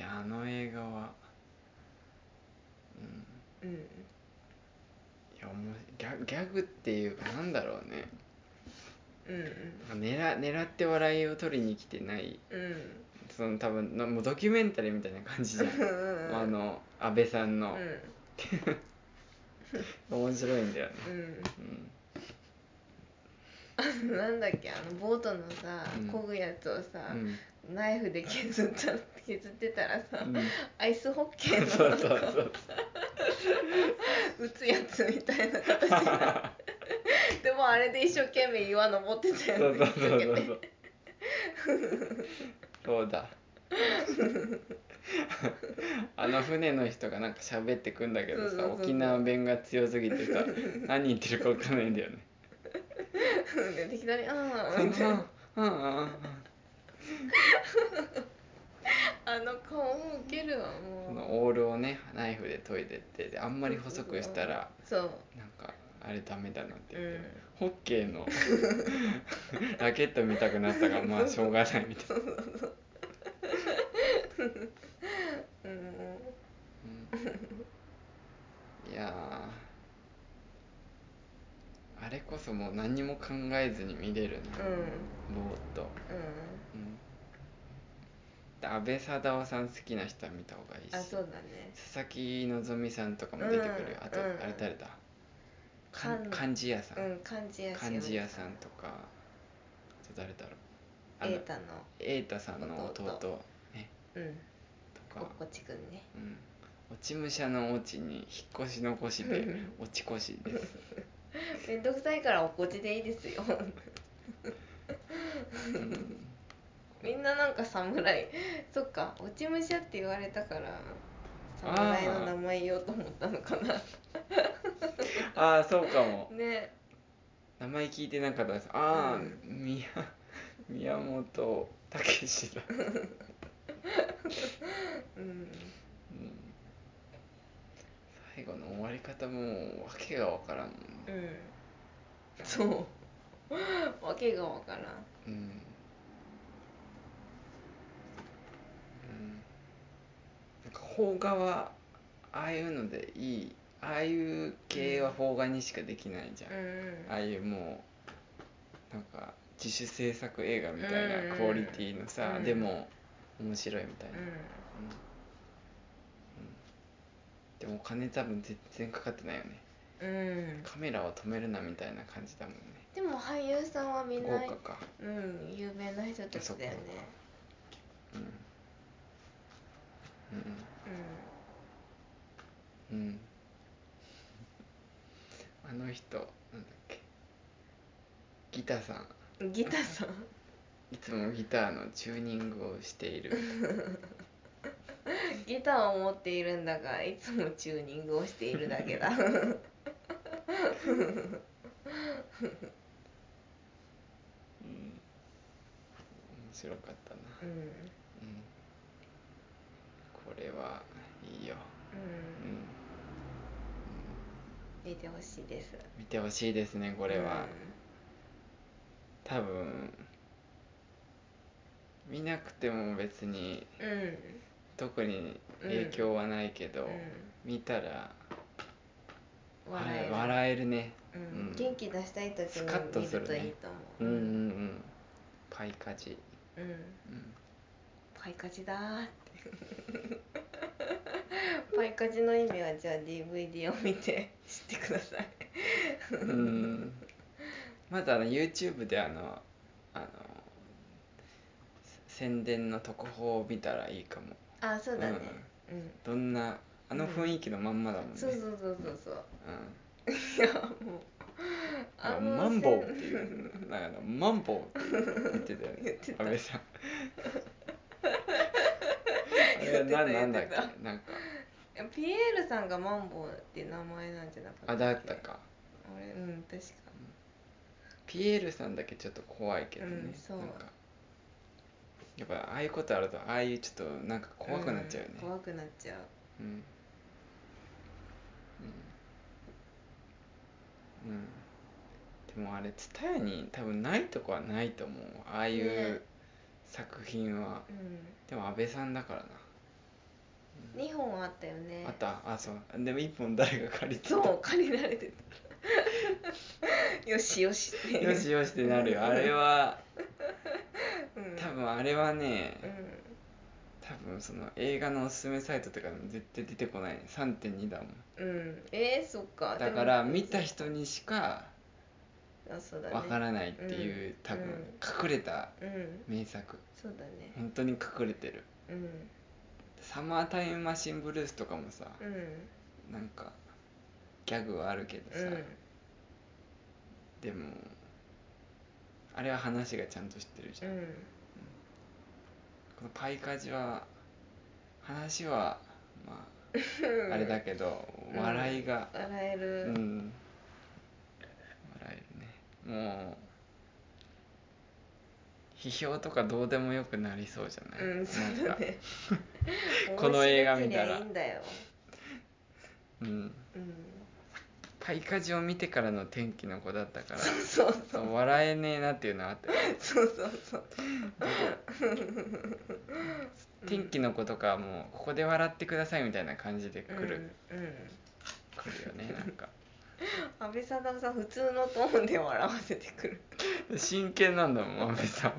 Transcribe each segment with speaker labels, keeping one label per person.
Speaker 1: あの映画はうん
Speaker 2: うん
Speaker 1: いやおもギャギャグっていうかなんだろうね
Speaker 2: うん
Speaker 1: 狙狙って笑いを取りに来てない
Speaker 2: うんうん
Speaker 1: その多分のもうドキュメンタリーみたいな感じじゃん
Speaker 2: うん
Speaker 1: あの安倍さん
Speaker 2: う
Speaker 1: の
Speaker 2: ん、
Speaker 1: 面白いんだよね
Speaker 2: うん
Speaker 1: うん
Speaker 2: なんだっけあのボートのさ
Speaker 1: うん
Speaker 2: 漕ぐやつをさ、
Speaker 1: うん
Speaker 2: ナイフで削った削ってたらさ、
Speaker 1: うん
Speaker 2: アイスホッケー
Speaker 1: そう
Speaker 2: の
Speaker 1: そうそう
Speaker 2: 打つやつみたいな形になるでもあれで一生懸命岩登ってた
Speaker 1: そ
Speaker 2: よ
Speaker 1: う
Speaker 2: ね
Speaker 1: そうそうそうそうそうだあの船の人がなんか喋ってくんだけど
Speaker 2: そうそう
Speaker 1: さ
Speaker 2: そうそう
Speaker 1: 沖縄弁が強すぎてさ何言ってるかわかんないんだよね
Speaker 2: で適当に「あ
Speaker 1: う
Speaker 2: あ」
Speaker 1: ん
Speaker 2: みたいな
Speaker 1: うんうんうん
Speaker 2: あの顔もウケるわ
Speaker 1: こ
Speaker 2: もう
Speaker 1: のオールをねナイフで研いでってであんまり細くしたら
Speaker 2: そう
Speaker 1: なんかあれダメだなって
Speaker 2: う
Speaker 1: 言って、ホッケー
Speaker 2: ん
Speaker 1: の ラケット見たくなった がまあしょうがないみたいな、
Speaker 2: うん
Speaker 1: うんいやーあれこそもう何にも考えずに見れるな、ぼーっと、
Speaker 2: うんうん
Speaker 1: うん、で安倍貞夫さん好きな人は見た方がいいし
Speaker 2: あそうだね
Speaker 1: 佐々木希さんとかも出てくるよ、
Speaker 2: うん
Speaker 1: あと、
Speaker 2: うん
Speaker 1: あれ誰だか
Speaker 2: かん
Speaker 1: ん漢字屋さん、
Speaker 2: うん漢字屋さん
Speaker 1: 漢字屋さんとかあと誰だろうあ
Speaker 2: 瑛
Speaker 1: の
Speaker 2: 太の
Speaker 1: 瑛太さんの弟
Speaker 2: 弟
Speaker 1: ね
Speaker 2: うん
Speaker 1: と
Speaker 2: おっ
Speaker 1: か、
Speaker 2: こちくんね
Speaker 1: うん、落ち武者の落ちに引っ越しの腰で落ち越し です
Speaker 2: めんどくさいからおこちでいいです よ
Speaker 1: うん
Speaker 2: みんななんか侍そっか落ち武者って言われたから
Speaker 1: あー
Speaker 2: 侍の名前言おうと思ったのかな
Speaker 1: ああそうかも
Speaker 2: ね
Speaker 1: 名前聞いてなかったですああ、
Speaker 2: うん
Speaker 1: 宮宮本武史だ、うん、
Speaker 2: うん
Speaker 1: 最後の終わり方もわけがわからんもん
Speaker 2: う
Speaker 1: ね
Speaker 2: んそう わけがわからん
Speaker 1: うん、うん、なんか邦画はああいうのでいいああいう系は邦画にしかできないじゃん、ああいうもうなんか自主制作映画みたいなクオリティのさ、
Speaker 2: うん
Speaker 1: でも面白いみたいな、
Speaker 2: うんうん
Speaker 1: でもお金多分全然かかってないよね
Speaker 2: うん
Speaker 1: カメラを止めるなみたいな感じだもんね
Speaker 2: でも俳優さんはみんな
Speaker 1: 豪華か
Speaker 2: うん有名な人たちだよね
Speaker 1: うんうんうんあの人なんだっけギターさん
Speaker 2: うんギターさん
Speaker 1: いつもギターのチューニングをしている
Speaker 2: ギターを持っているんだがいつもチューニングをしているだ けだ
Speaker 1: 面白かったな、
Speaker 2: うんう
Speaker 1: う
Speaker 2: ん
Speaker 1: ん、これはいいよ、うん、
Speaker 2: 見てほしいです
Speaker 1: 見てほしいですねこれは、多分見なくても別に
Speaker 2: うんうん
Speaker 1: 特に影響はないけど、
Speaker 2: うん
Speaker 1: 見たら
Speaker 2: 笑え
Speaker 1: あ
Speaker 2: る
Speaker 1: 笑えるね
Speaker 2: うん
Speaker 1: うん
Speaker 2: 元気出したい時
Speaker 1: スカッと
Speaker 2: に見
Speaker 1: する
Speaker 2: る
Speaker 1: ね
Speaker 2: といいと思う
Speaker 1: うんうんうんパイカジ、
Speaker 2: うん
Speaker 1: うん、
Speaker 2: パイカチだーってパイカチの意味はじゃあ DVD を見て知ってくだ さい
Speaker 1: うんまずあの YouTube であのあの宣伝の特報を見たらいいかも
Speaker 2: あそうだねうん、
Speaker 1: どんなあの雰囲気のまんまだもんね、
Speaker 2: そうそうそうそうそう
Speaker 1: うん
Speaker 2: いやもう
Speaker 1: あ
Speaker 2: あの
Speaker 1: マンボウっ
Speaker 2: せん
Speaker 1: て いうなんかマンボウって言ってたよね
Speaker 2: 言ってた
Speaker 1: 安倍さんあれはな
Speaker 2: 言ってた
Speaker 1: なんだっ
Speaker 2: 言って
Speaker 1: けなんか
Speaker 2: ピエールさんがマンボウって名前なんじゃなかった
Speaker 1: あだったか
Speaker 2: あれうん確か
Speaker 1: ピエールさんだけちょっと怖いけどね、
Speaker 2: うんそう
Speaker 1: なんかやっぱああいうことあるとああいうちょっとなんか怖くなっちゃうよね
Speaker 2: ん怖くなっちゃう
Speaker 1: うんうん、うんでもあれ蔦屋に多分ないとこはないと思うああい
Speaker 2: ね
Speaker 1: う作品は、
Speaker 2: うん
Speaker 1: でも安倍さんだからな
Speaker 2: 2本あったよね
Speaker 1: あったあそうでも1本誰が借りてた
Speaker 2: そう借りられてたよしよしって
Speaker 1: よしよしってなるよあれは
Speaker 2: うん
Speaker 1: 多分あれはね
Speaker 2: うん
Speaker 1: 多分その映画のおすすめサイトとかでも絶対出てこない3.2だもん
Speaker 2: うんえー、そっか
Speaker 1: だから
Speaker 2: でも
Speaker 1: 見た人にしか
Speaker 2: あそうだね
Speaker 1: わからないっていう、
Speaker 2: うん
Speaker 1: 多分
Speaker 2: うん
Speaker 1: 隠れた
Speaker 2: うん
Speaker 1: 名作
Speaker 2: そうだね
Speaker 1: 本当に隠れてる
Speaker 2: うん
Speaker 1: 「サマータイムマシンブルース」とかもさ、
Speaker 2: うん
Speaker 1: なんかギャグはあるけどさ、
Speaker 2: うん
Speaker 1: でもあれは話がちゃんとしてるじ
Speaker 2: う
Speaker 1: ゃん、
Speaker 2: ん
Speaker 1: このパイカジは話は まああれだけど、
Speaker 2: うん
Speaker 1: 笑いが
Speaker 2: 笑え
Speaker 1: う
Speaker 2: る、
Speaker 1: ん、笑えるねもう批評とかどうでもよくなりそうじゃない、
Speaker 2: うん、そう
Speaker 1: な
Speaker 2: だ
Speaker 1: んか
Speaker 2: ね
Speaker 1: この映画見たら
Speaker 2: 面白けりゃいいんだよ、
Speaker 1: うん
Speaker 2: うん、
Speaker 1: パイカジを見てからの天気の子だったから
Speaker 2: そう
Speaker 1: そう笑えねえなっていうのはあったよ
Speaker 2: そうそうそう
Speaker 1: 天気の子とかはもうここで笑ってくださいみたいな感じで来る、
Speaker 2: うんうん、
Speaker 1: 来るよねなんか
Speaker 2: 安倍サダヲさん普通のトーンで笑わせてくる
Speaker 1: 真剣なんだもん阿部さんは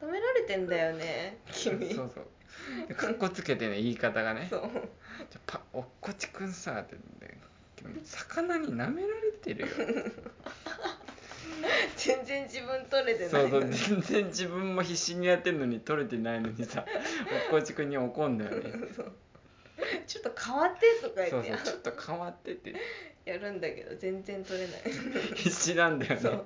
Speaker 2: 止められてんだよね君
Speaker 1: そうそうでかっこつけてね言い方がね
Speaker 2: そう
Speaker 1: じゃパおっこちくんさ」って言うんだよ君魚に舐められてるよ
Speaker 2: 全然自分取れてな
Speaker 1: そ
Speaker 2: いう
Speaker 1: そ
Speaker 2: の
Speaker 1: う
Speaker 2: に
Speaker 1: 全然自分も必死にやってるのに取れてないのにさおっこちくんに怒んだよね
Speaker 2: ちょっと変わってとか
Speaker 1: そ
Speaker 2: 言っ
Speaker 1: う
Speaker 2: て
Speaker 1: そうちょっと変わってて
Speaker 2: やるんだけど全然取れない
Speaker 1: 必死なんだよ
Speaker 2: そ
Speaker 1: ね
Speaker 2: う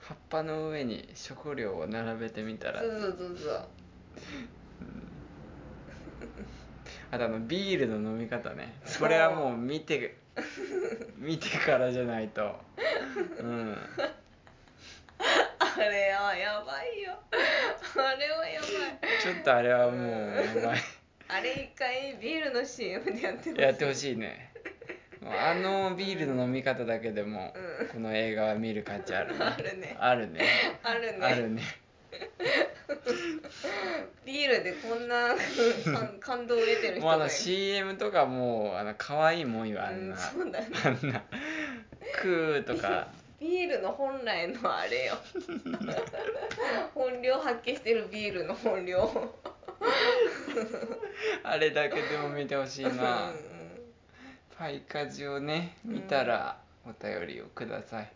Speaker 1: 葉っぱの上に食料を並べてみたら
Speaker 2: そうそうそうそう
Speaker 1: あとあのビールの飲み方ねこれはもう見て見てからじゃないとうん
Speaker 2: あれはやばいよあれはやばい
Speaker 1: ちょっとあれはもうやばい
Speaker 2: あれ一回ビールの CM でやってほしい
Speaker 1: やってほしいねもうあのビールの飲み方だけでもこの映画は見る価値あるね
Speaker 2: あるね
Speaker 1: あるね
Speaker 2: あるね
Speaker 1: あるね
Speaker 2: ビールでこんな感感動を得てる人
Speaker 1: もうあの
Speaker 2: い
Speaker 1: CM とかもうあの可愛いもんよあん
Speaker 2: う、
Speaker 1: なん
Speaker 2: そうだね
Speaker 1: あんな「クー」とか
Speaker 2: ビールの本来のあれよ 本領発揮してるビールの本領
Speaker 1: あれだけでも見てほしいな
Speaker 2: うん
Speaker 1: パイカジをね見たらお便りをください。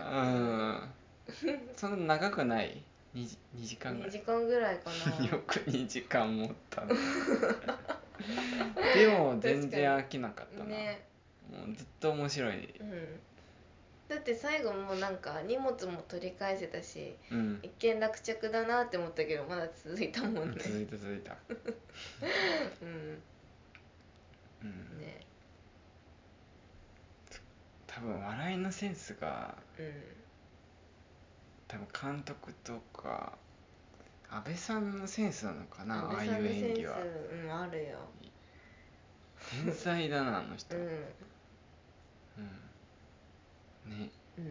Speaker 1: うん。そんな長くない2時二時間ぐ
Speaker 2: 2
Speaker 1: ら
Speaker 2: 時間ぐらいか
Speaker 1: い。 よく2時間持っ たなでも全然飽きなかった
Speaker 2: な
Speaker 1: な、
Speaker 2: ね
Speaker 1: もうずっと面白い、
Speaker 2: うんだって最後もうなんか荷物も取り返せたし
Speaker 1: うん、
Speaker 2: 一見落着だなって思ったけどまだ続いたもんね
Speaker 1: 続いた続いた、
Speaker 2: うん
Speaker 1: うん
Speaker 2: ね
Speaker 1: 多分笑いのセンスが
Speaker 2: うん
Speaker 1: 多分監督とか安倍さんのセンスなのかなあ
Speaker 2: 安
Speaker 1: あい
Speaker 2: 倍さん
Speaker 1: う
Speaker 2: のセンス
Speaker 1: 演技は
Speaker 2: うんあるよ
Speaker 1: 天才だなあの人、
Speaker 2: う
Speaker 1: うんんね
Speaker 2: うん
Speaker 1: うん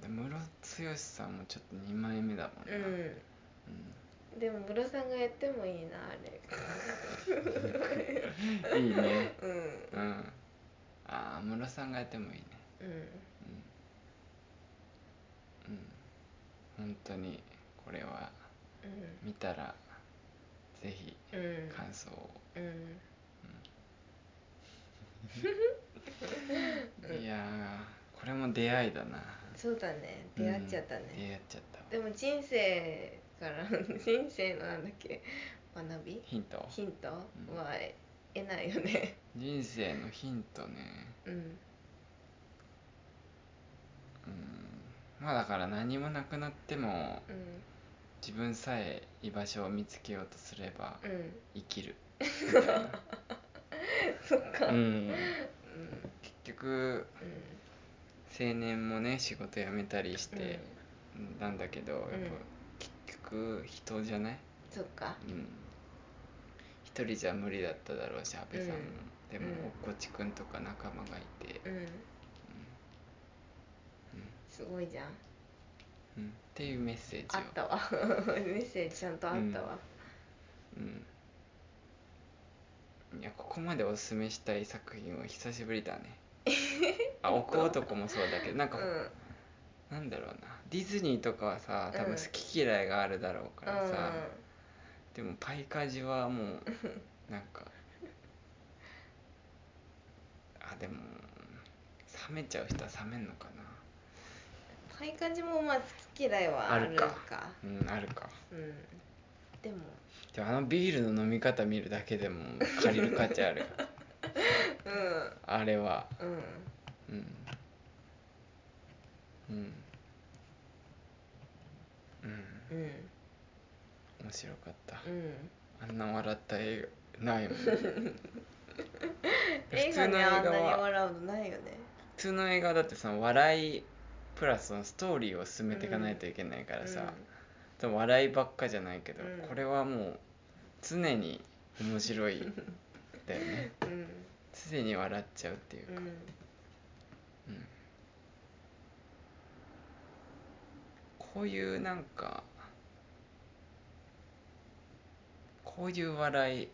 Speaker 1: で室剛さんもちょっと2枚目だもんな、
Speaker 2: う
Speaker 1: うん
Speaker 2: んでもムロさんがやってもいいなあれ
Speaker 1: いいね。
Speaker 2: うん
Speaker 1: うん。ああ、室さんがやってもいいね。
Speaker 2: うん
Speaker 1: うん。うん。本当に、これは見たら、ぜひ
Speaker 2: うんうん
Speaker 1: 感想を。
Speaker 2: うん
Speaker 1: いやー、これも出会いだな。
Speaker 2: そうだね出会っちゃった
Speaker 1: うん
Speaker 2: ね
Speaker 1: 出会っちゃったわ。
Speaker 2: でも人生から 人生のなんだっけ学び
Speaker 1: ヒント
Speaker 2: ヒントは
Speaker 1: うん
Speaker 2: 得ないよね
Speaker 1: 人生のヒントね。
Speaker 2: うん
Speaker 1: うん。まあだから何もなくなっても、
Speaker 2: うん
Speaker 1: 自分さえ居場所を見つけようとすれば、
Speaker 2: うん
Speaker 1: 生きる。みたいな。
Speaker 2: そっか
Speaker 1: う
Speaker 2: うん
Speaker 1: ん。結局、青年もね仕事辞めたりして、なんだけど、やっぱ
Speaker 2: うん
Speaker 1: 結局人じゃない、
Speaker 2: そっか
Speaker 1: うん、一一人じゃ無理だっただろうし阿部さんも、
Speaker 2: うん
Speaker 1: でも
Speaker 2: うん
Speaker 1: おっこちくんとか仲間がいて、
Speaker 2: うん
Speaker 1: うん
Speaker 2: すごいじゃん
Speaker 1: うんっていうメッセージを
Speaker 2: あったわ メッセージちゃんとあったわ
Speaker 1: うんいやここまでおすすめしたい作品は久しぶりだ ねあ「奥男」もそうだけどなん
Speaker 2: う
Speaker 1: か、
Speaker 2: ん
Speaker 1: なんだろうなディズニーとかはさ多
Speaker 2: う
Speaker 1: 分
Speaker 2: ん
Speaker 1: 好き嫌いがあるだろうから
Speaker 2: うん
Speaker 1: さ、でもパイカジはもうなんかあでも冷めちゃう人は冷めんのか
Speaker 2: パイカジもまあ好き嫌いはあるか
Speaker 1: あるなうんあるか
Speaker 2: うんでも
Speaker 1: でもあのビールの飲み方見るだけでも借りる価値ある
Speaker 2: う
Speaker 1: あれは
Speaker 2: んうん
Speaker 1: うんうんうん
Speaker 2: うん
Speaker 1: 面白かった
Speaker 2: うん
Speaker 1: あんな笑った映画ない もん
Speaker 2: 映
Speaker 1: 普
Speaker 2: 画
Speaker 1: 通
Speaker 2: に
Speaker 1: の映
Speaker 2: あんな
Speaker 1: 画
Speaker 2: に
Speaker 1: は
Speaker 2: 笑うのないよね
Speaker 1: 普通の映画はだってその笑いプラスそのストーリーを進めていかないといけないからさ、でも笑いばっかじゃないけど、
Speaker 2: うん
Speaker 1: これはもう常に面白いだよ ね
Speaker 2: うんうん
Speaker 1: 常に笑っちゃうっていう
Speaker 2: う
Speaker 1: か、
Speaker 2: ん
Speaker 1: うんこういうなんかこういう笑い好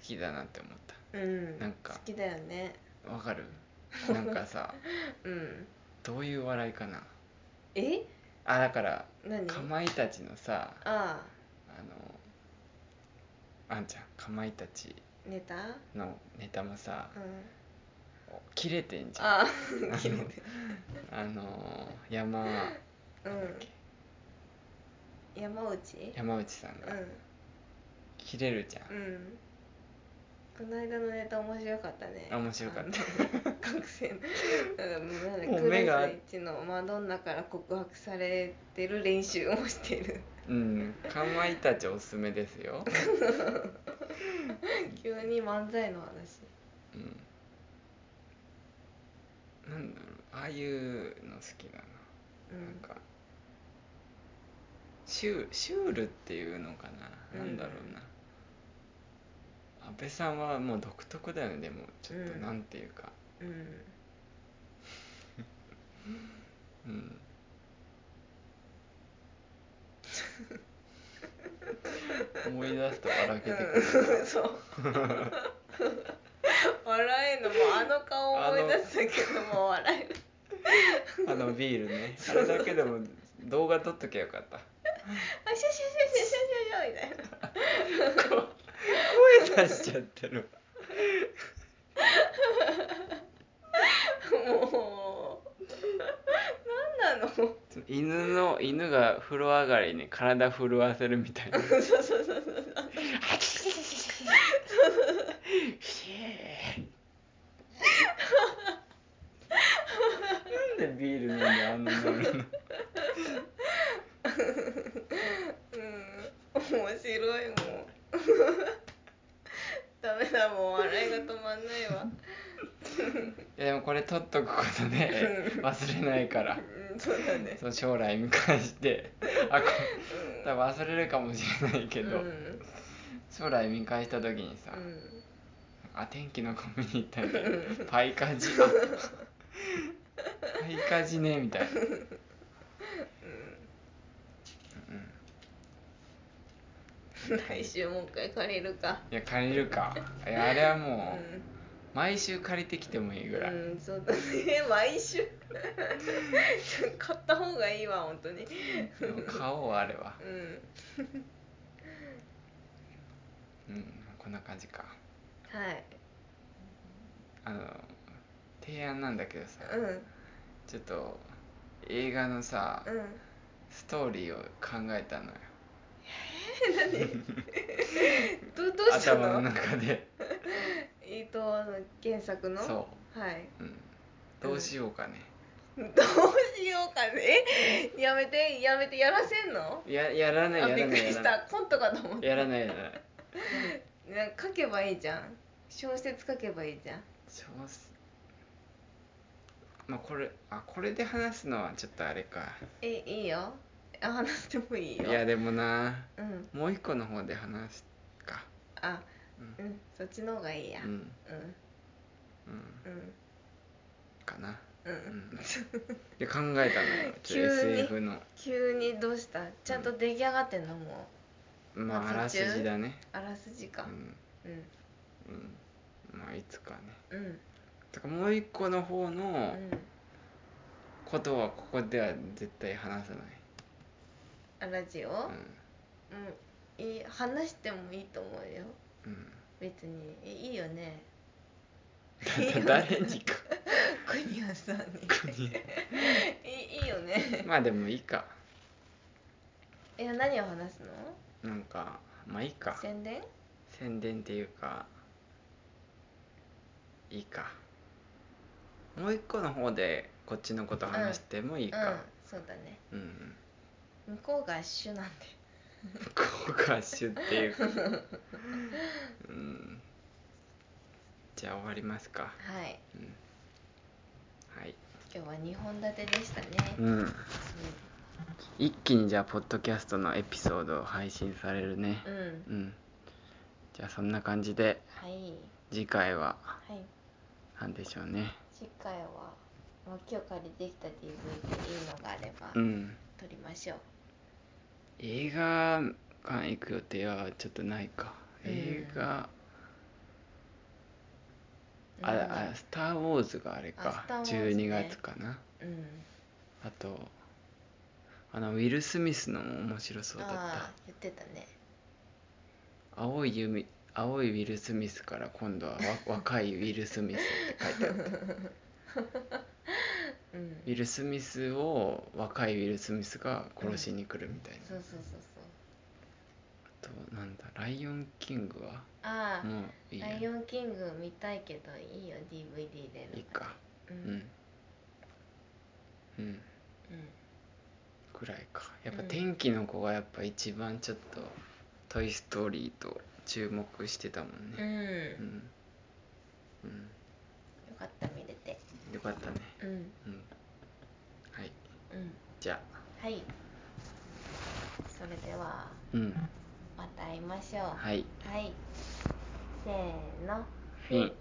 Speaker 1: きだなって思った
Speaker 2: うん
Speaker 1: なんか
Speaker 2: 好きだよね
Speaker 1: わか るなんかさ
Speaker 2: うん
Speaker 1: どういう笑いかな
Speaker 2: え
Speaker 1: あだから
Speaker 2: 何
Speaker 1: かまいたちのさ
Speaker 2: あ
Speaker 1: あのあんちゃんかまいたち
Speaker 2: あネタうん
Speaker 1: のネタもさ切れてんじゃんあ
Speaker 2: あ
Speaker 1: の
Speaker 2: あ切れて
Speaker 1: の山
Speaker 2: うん山内
Speaker 1: 山内さんが切れるじゃ、
Speaker 2: うんんうんこの間のネタ面白かったね
Speaker 1: あ面白かった
Speaker 2: た学生のなんだ
Speaker 1: もう
Speaker 2: ク
Speaker 1: 目
Speaker 2: レ
Speaker 1: が
Speaker 2: ス一のマドンナから告白されてる練習をしてる
Speaker 1: うんかまいたちおすすめですよ、
Speaker 2: 急に漫才の話
Speaker 1: うん、なんだろうああいうの好きだな
Speaker 2: う
Speaker 1: なん
Speaker 2: ん
Speaker 1: かシューシュールっていうのかな、
Speaker 2: うん
Speaker 1: なんだろうな安倍さんはもう独特だよねでもちょっと
Speaker 2: うん
Speaker 1: なんていうか
Speaker 2: うん
Speaker 1: うん、思い出すと笑けてくる、
Speaker 2: うん そう笑えんのもあの顔思い出したけどもう笑える
Speaker 1: あのビールねあれだけでも動画撮っときゃよかった
Speaker 2: あシャシャシャシャシャシャみたいな
Speaker 1: 声出しちゃってる
Speaker 2: もう何なのそう
Speaker 1: 犬の犬が風呂上がりに体震わせるみたいな
Speaker 2: そうそうそうそう
Speaker 1: なんでビール飲んであんなにな るの
Speaker 2: うん面白いもんダメだもう笑いが止まんないわ
Speaker 1: いやでもこれ取っとくことで忘れないから
Speaker 2: うんそうだね
Speaker 1: その将来見返してあこ多分忘れるかもしれないけど、
Speaker 2: うん
Speaker 1: 将来見返した時にさ、
Speaker 2: うん
Speaker 1: あ天気のコミュニティパイカジあパイカジねみたいな
Speaker 2: 来週もう一回借りるか
Speaker 1: いや借りるかいやあれは
Speaker 2: う
Speaker 1: もうん毎週借りてきてもいいぐらい、
Speaker 2: うんそうだね毎週ちょ買った方がいいわ本当に
Speaker 1: でも買おうあれは
Speaker 2: うん
Speaker 1: うんこんな感じか
Speaker 2: はい
Speaker 1: あの提案なんだけどさ
Speaker 2: うん
Speaker 1: ちょっと映画のさ
Speaker 2: うん
Speaker 1: ストーリーを考えたのよ
Speaker 2: どどうした
Speaker 1: 頭の
Speaker 2: の
Speaker 1: 中で
Speaker 2: 伊藤の原作の
Speaker 1: そう
Speaker 2: はい
Speaker 1: うんどうしようかね、
Speaker 2: どうしようかねえやめてやめてやらせんの
Speaker 1: ややらないや
Speaker 2: あ
Speaker 1: ら
Speaker 2: びっく
Speaker 1: ない
Speaker 2: り
Speaker 1: や
Speaker 2: し
Speaker 1: らな
Speaker 2: たコントかと思っ
Speaker 1: い
Speaker 2: て
Speaker 1: やらないやらない
Speaker 2: なんか書けばいいじゃん小説書けばいいじゃん
Speaker 1: 小説まあこれあこれで話すのはちょっとあれか
Speaker 2: えいいよあ話してもいいよ
Speaker 1: いやでもない
Speaker 2: うん
Speaker 1: もう一個の方で話すか
Speaker 2: あそっちの方がいいや
Speaker 1: う
Speaker 2: うん
Speaker 1: んうん
Speaker 2: うん
Speaker 1: かな
Speaker 2: うん、
Speaker 1: うんで考えたのよちょ
Speaker 2: 急に
Speaker 1: SF の
Speaker 2: 急にどうしたちゃんと出来上がってんのも
Speaker 1: まああ
Speaker 2: まあ
Speaker 1: ら
Speaker 2: 途中
Speaker 1: すじだね
Speaker 2: うあらすじ
Speaker 1: う
Speaker 2: か
Speaker 1: ん
Speaker 2: うん
Speaker 1: うんまあいつかね
Speaker 2: うん
Speaker 1: だからもう一個の方
Speaker 2: う
Speaker 1: の
Speaker 2: ん
Speaker 1: ことはここでは絶対話さない
Speaker 2: あラジオうんいい話してもいいと思うよ
Speaker 1: うんうん
Speaker 2: 別にえいいよね
Speaker 1: 誰にか
Speaker 2: 国はさんに
Speaker 1: 国
Speaker 2: いいいよ ね
Speaker 1: まあでもいいか
Speaker 2: いや何を話すの
Speaker 1: なんかまあいいか
Speaker 2: 宣伝
Speaker 1: 宣伝っていうかいいかもう一個の方でこっちのこと話してもいい
Speaker 2: うん
Speaker 1: か
Speaker 2: そうだね
Speaker 1: うん、うん、
Speaker 2: 向こうが主なんで
Speaker 1: 効果主っていうかうんじゃあ終わりますか
Speaker 2: はい
Speaker 1: うんはい
Speaker 2: 今日は2本立てでしたね、
Speaker 1: うん一気にじゃあポッドキャストのエピソードを配信されるね
Speaker 2: うん、うん、
Speaker 1: うんじゃあそんな感じで
Speaker 2: はい
Speaker 1: 次回は
Speaker 2: はい
Speaker 1: 何でしょうね
Speaker 2: 次回は、まあ、今日借りてきた DVD いいのがあれば
Speaker 1: うん
Speaker 2: 撮りましょう、
Speaker 1: 映画館行く予定はちょっとないか
Speaker 2: うん
Speaker 1: 映画、あ
Speaker 2: うん
Speaker 1: あ「スター・ウォーズ」があれ
Speaker 2: あ
Speaker 1: か
Speaker 2: スターウォーズね
Speaker 1: 12月かな
Speaker 2: うん
Speaker 1: あとあのウィル・スミスのも面白そうだった
Speaker 2: ああ言ってたね
Speaker 1: 青い弓青いウィル・スミスから今 度はわ若いウィル・スミスって書いてある
Speaker 2: うん
Speaker 1: ウィル・スミスを若いウィル・スミスが殺しに来るみたい
Speaker 2: そ
Speaker 1: な、
Speaker 2: うそうそうそう
Speaker 1: あとなんだ「ライオン・キングは」
Speaker 2: ああ、
Speaker 1: もういいや
Speaker 2: ライオンキング見たいけどいいよ DVD で
Speaker 1: いいか
Speaker 2: うん
Speaker 1: う
Speaker 2: うん
Speaker 1: んうんぐらいかやっぱ
Speaker 2: うん
Speaker 1: 天気の子がやっぱ一番ちょっと「トイ・ストーリー」と注目してたもん
Speaker 2: う
Speaker 1: ねうんん、うん
Speaker 2: よかった見れて
Speaker 1: よかったね
Speaker 2: うんうん
Speaker 1: うんはいじゃあ
Speaker 2: はいそれでは
Speaker 1: うん
Speaker 2: また会いましょう
Speaker 1: はい
Speaker 2: はい、せーの
Speaker 1: フィン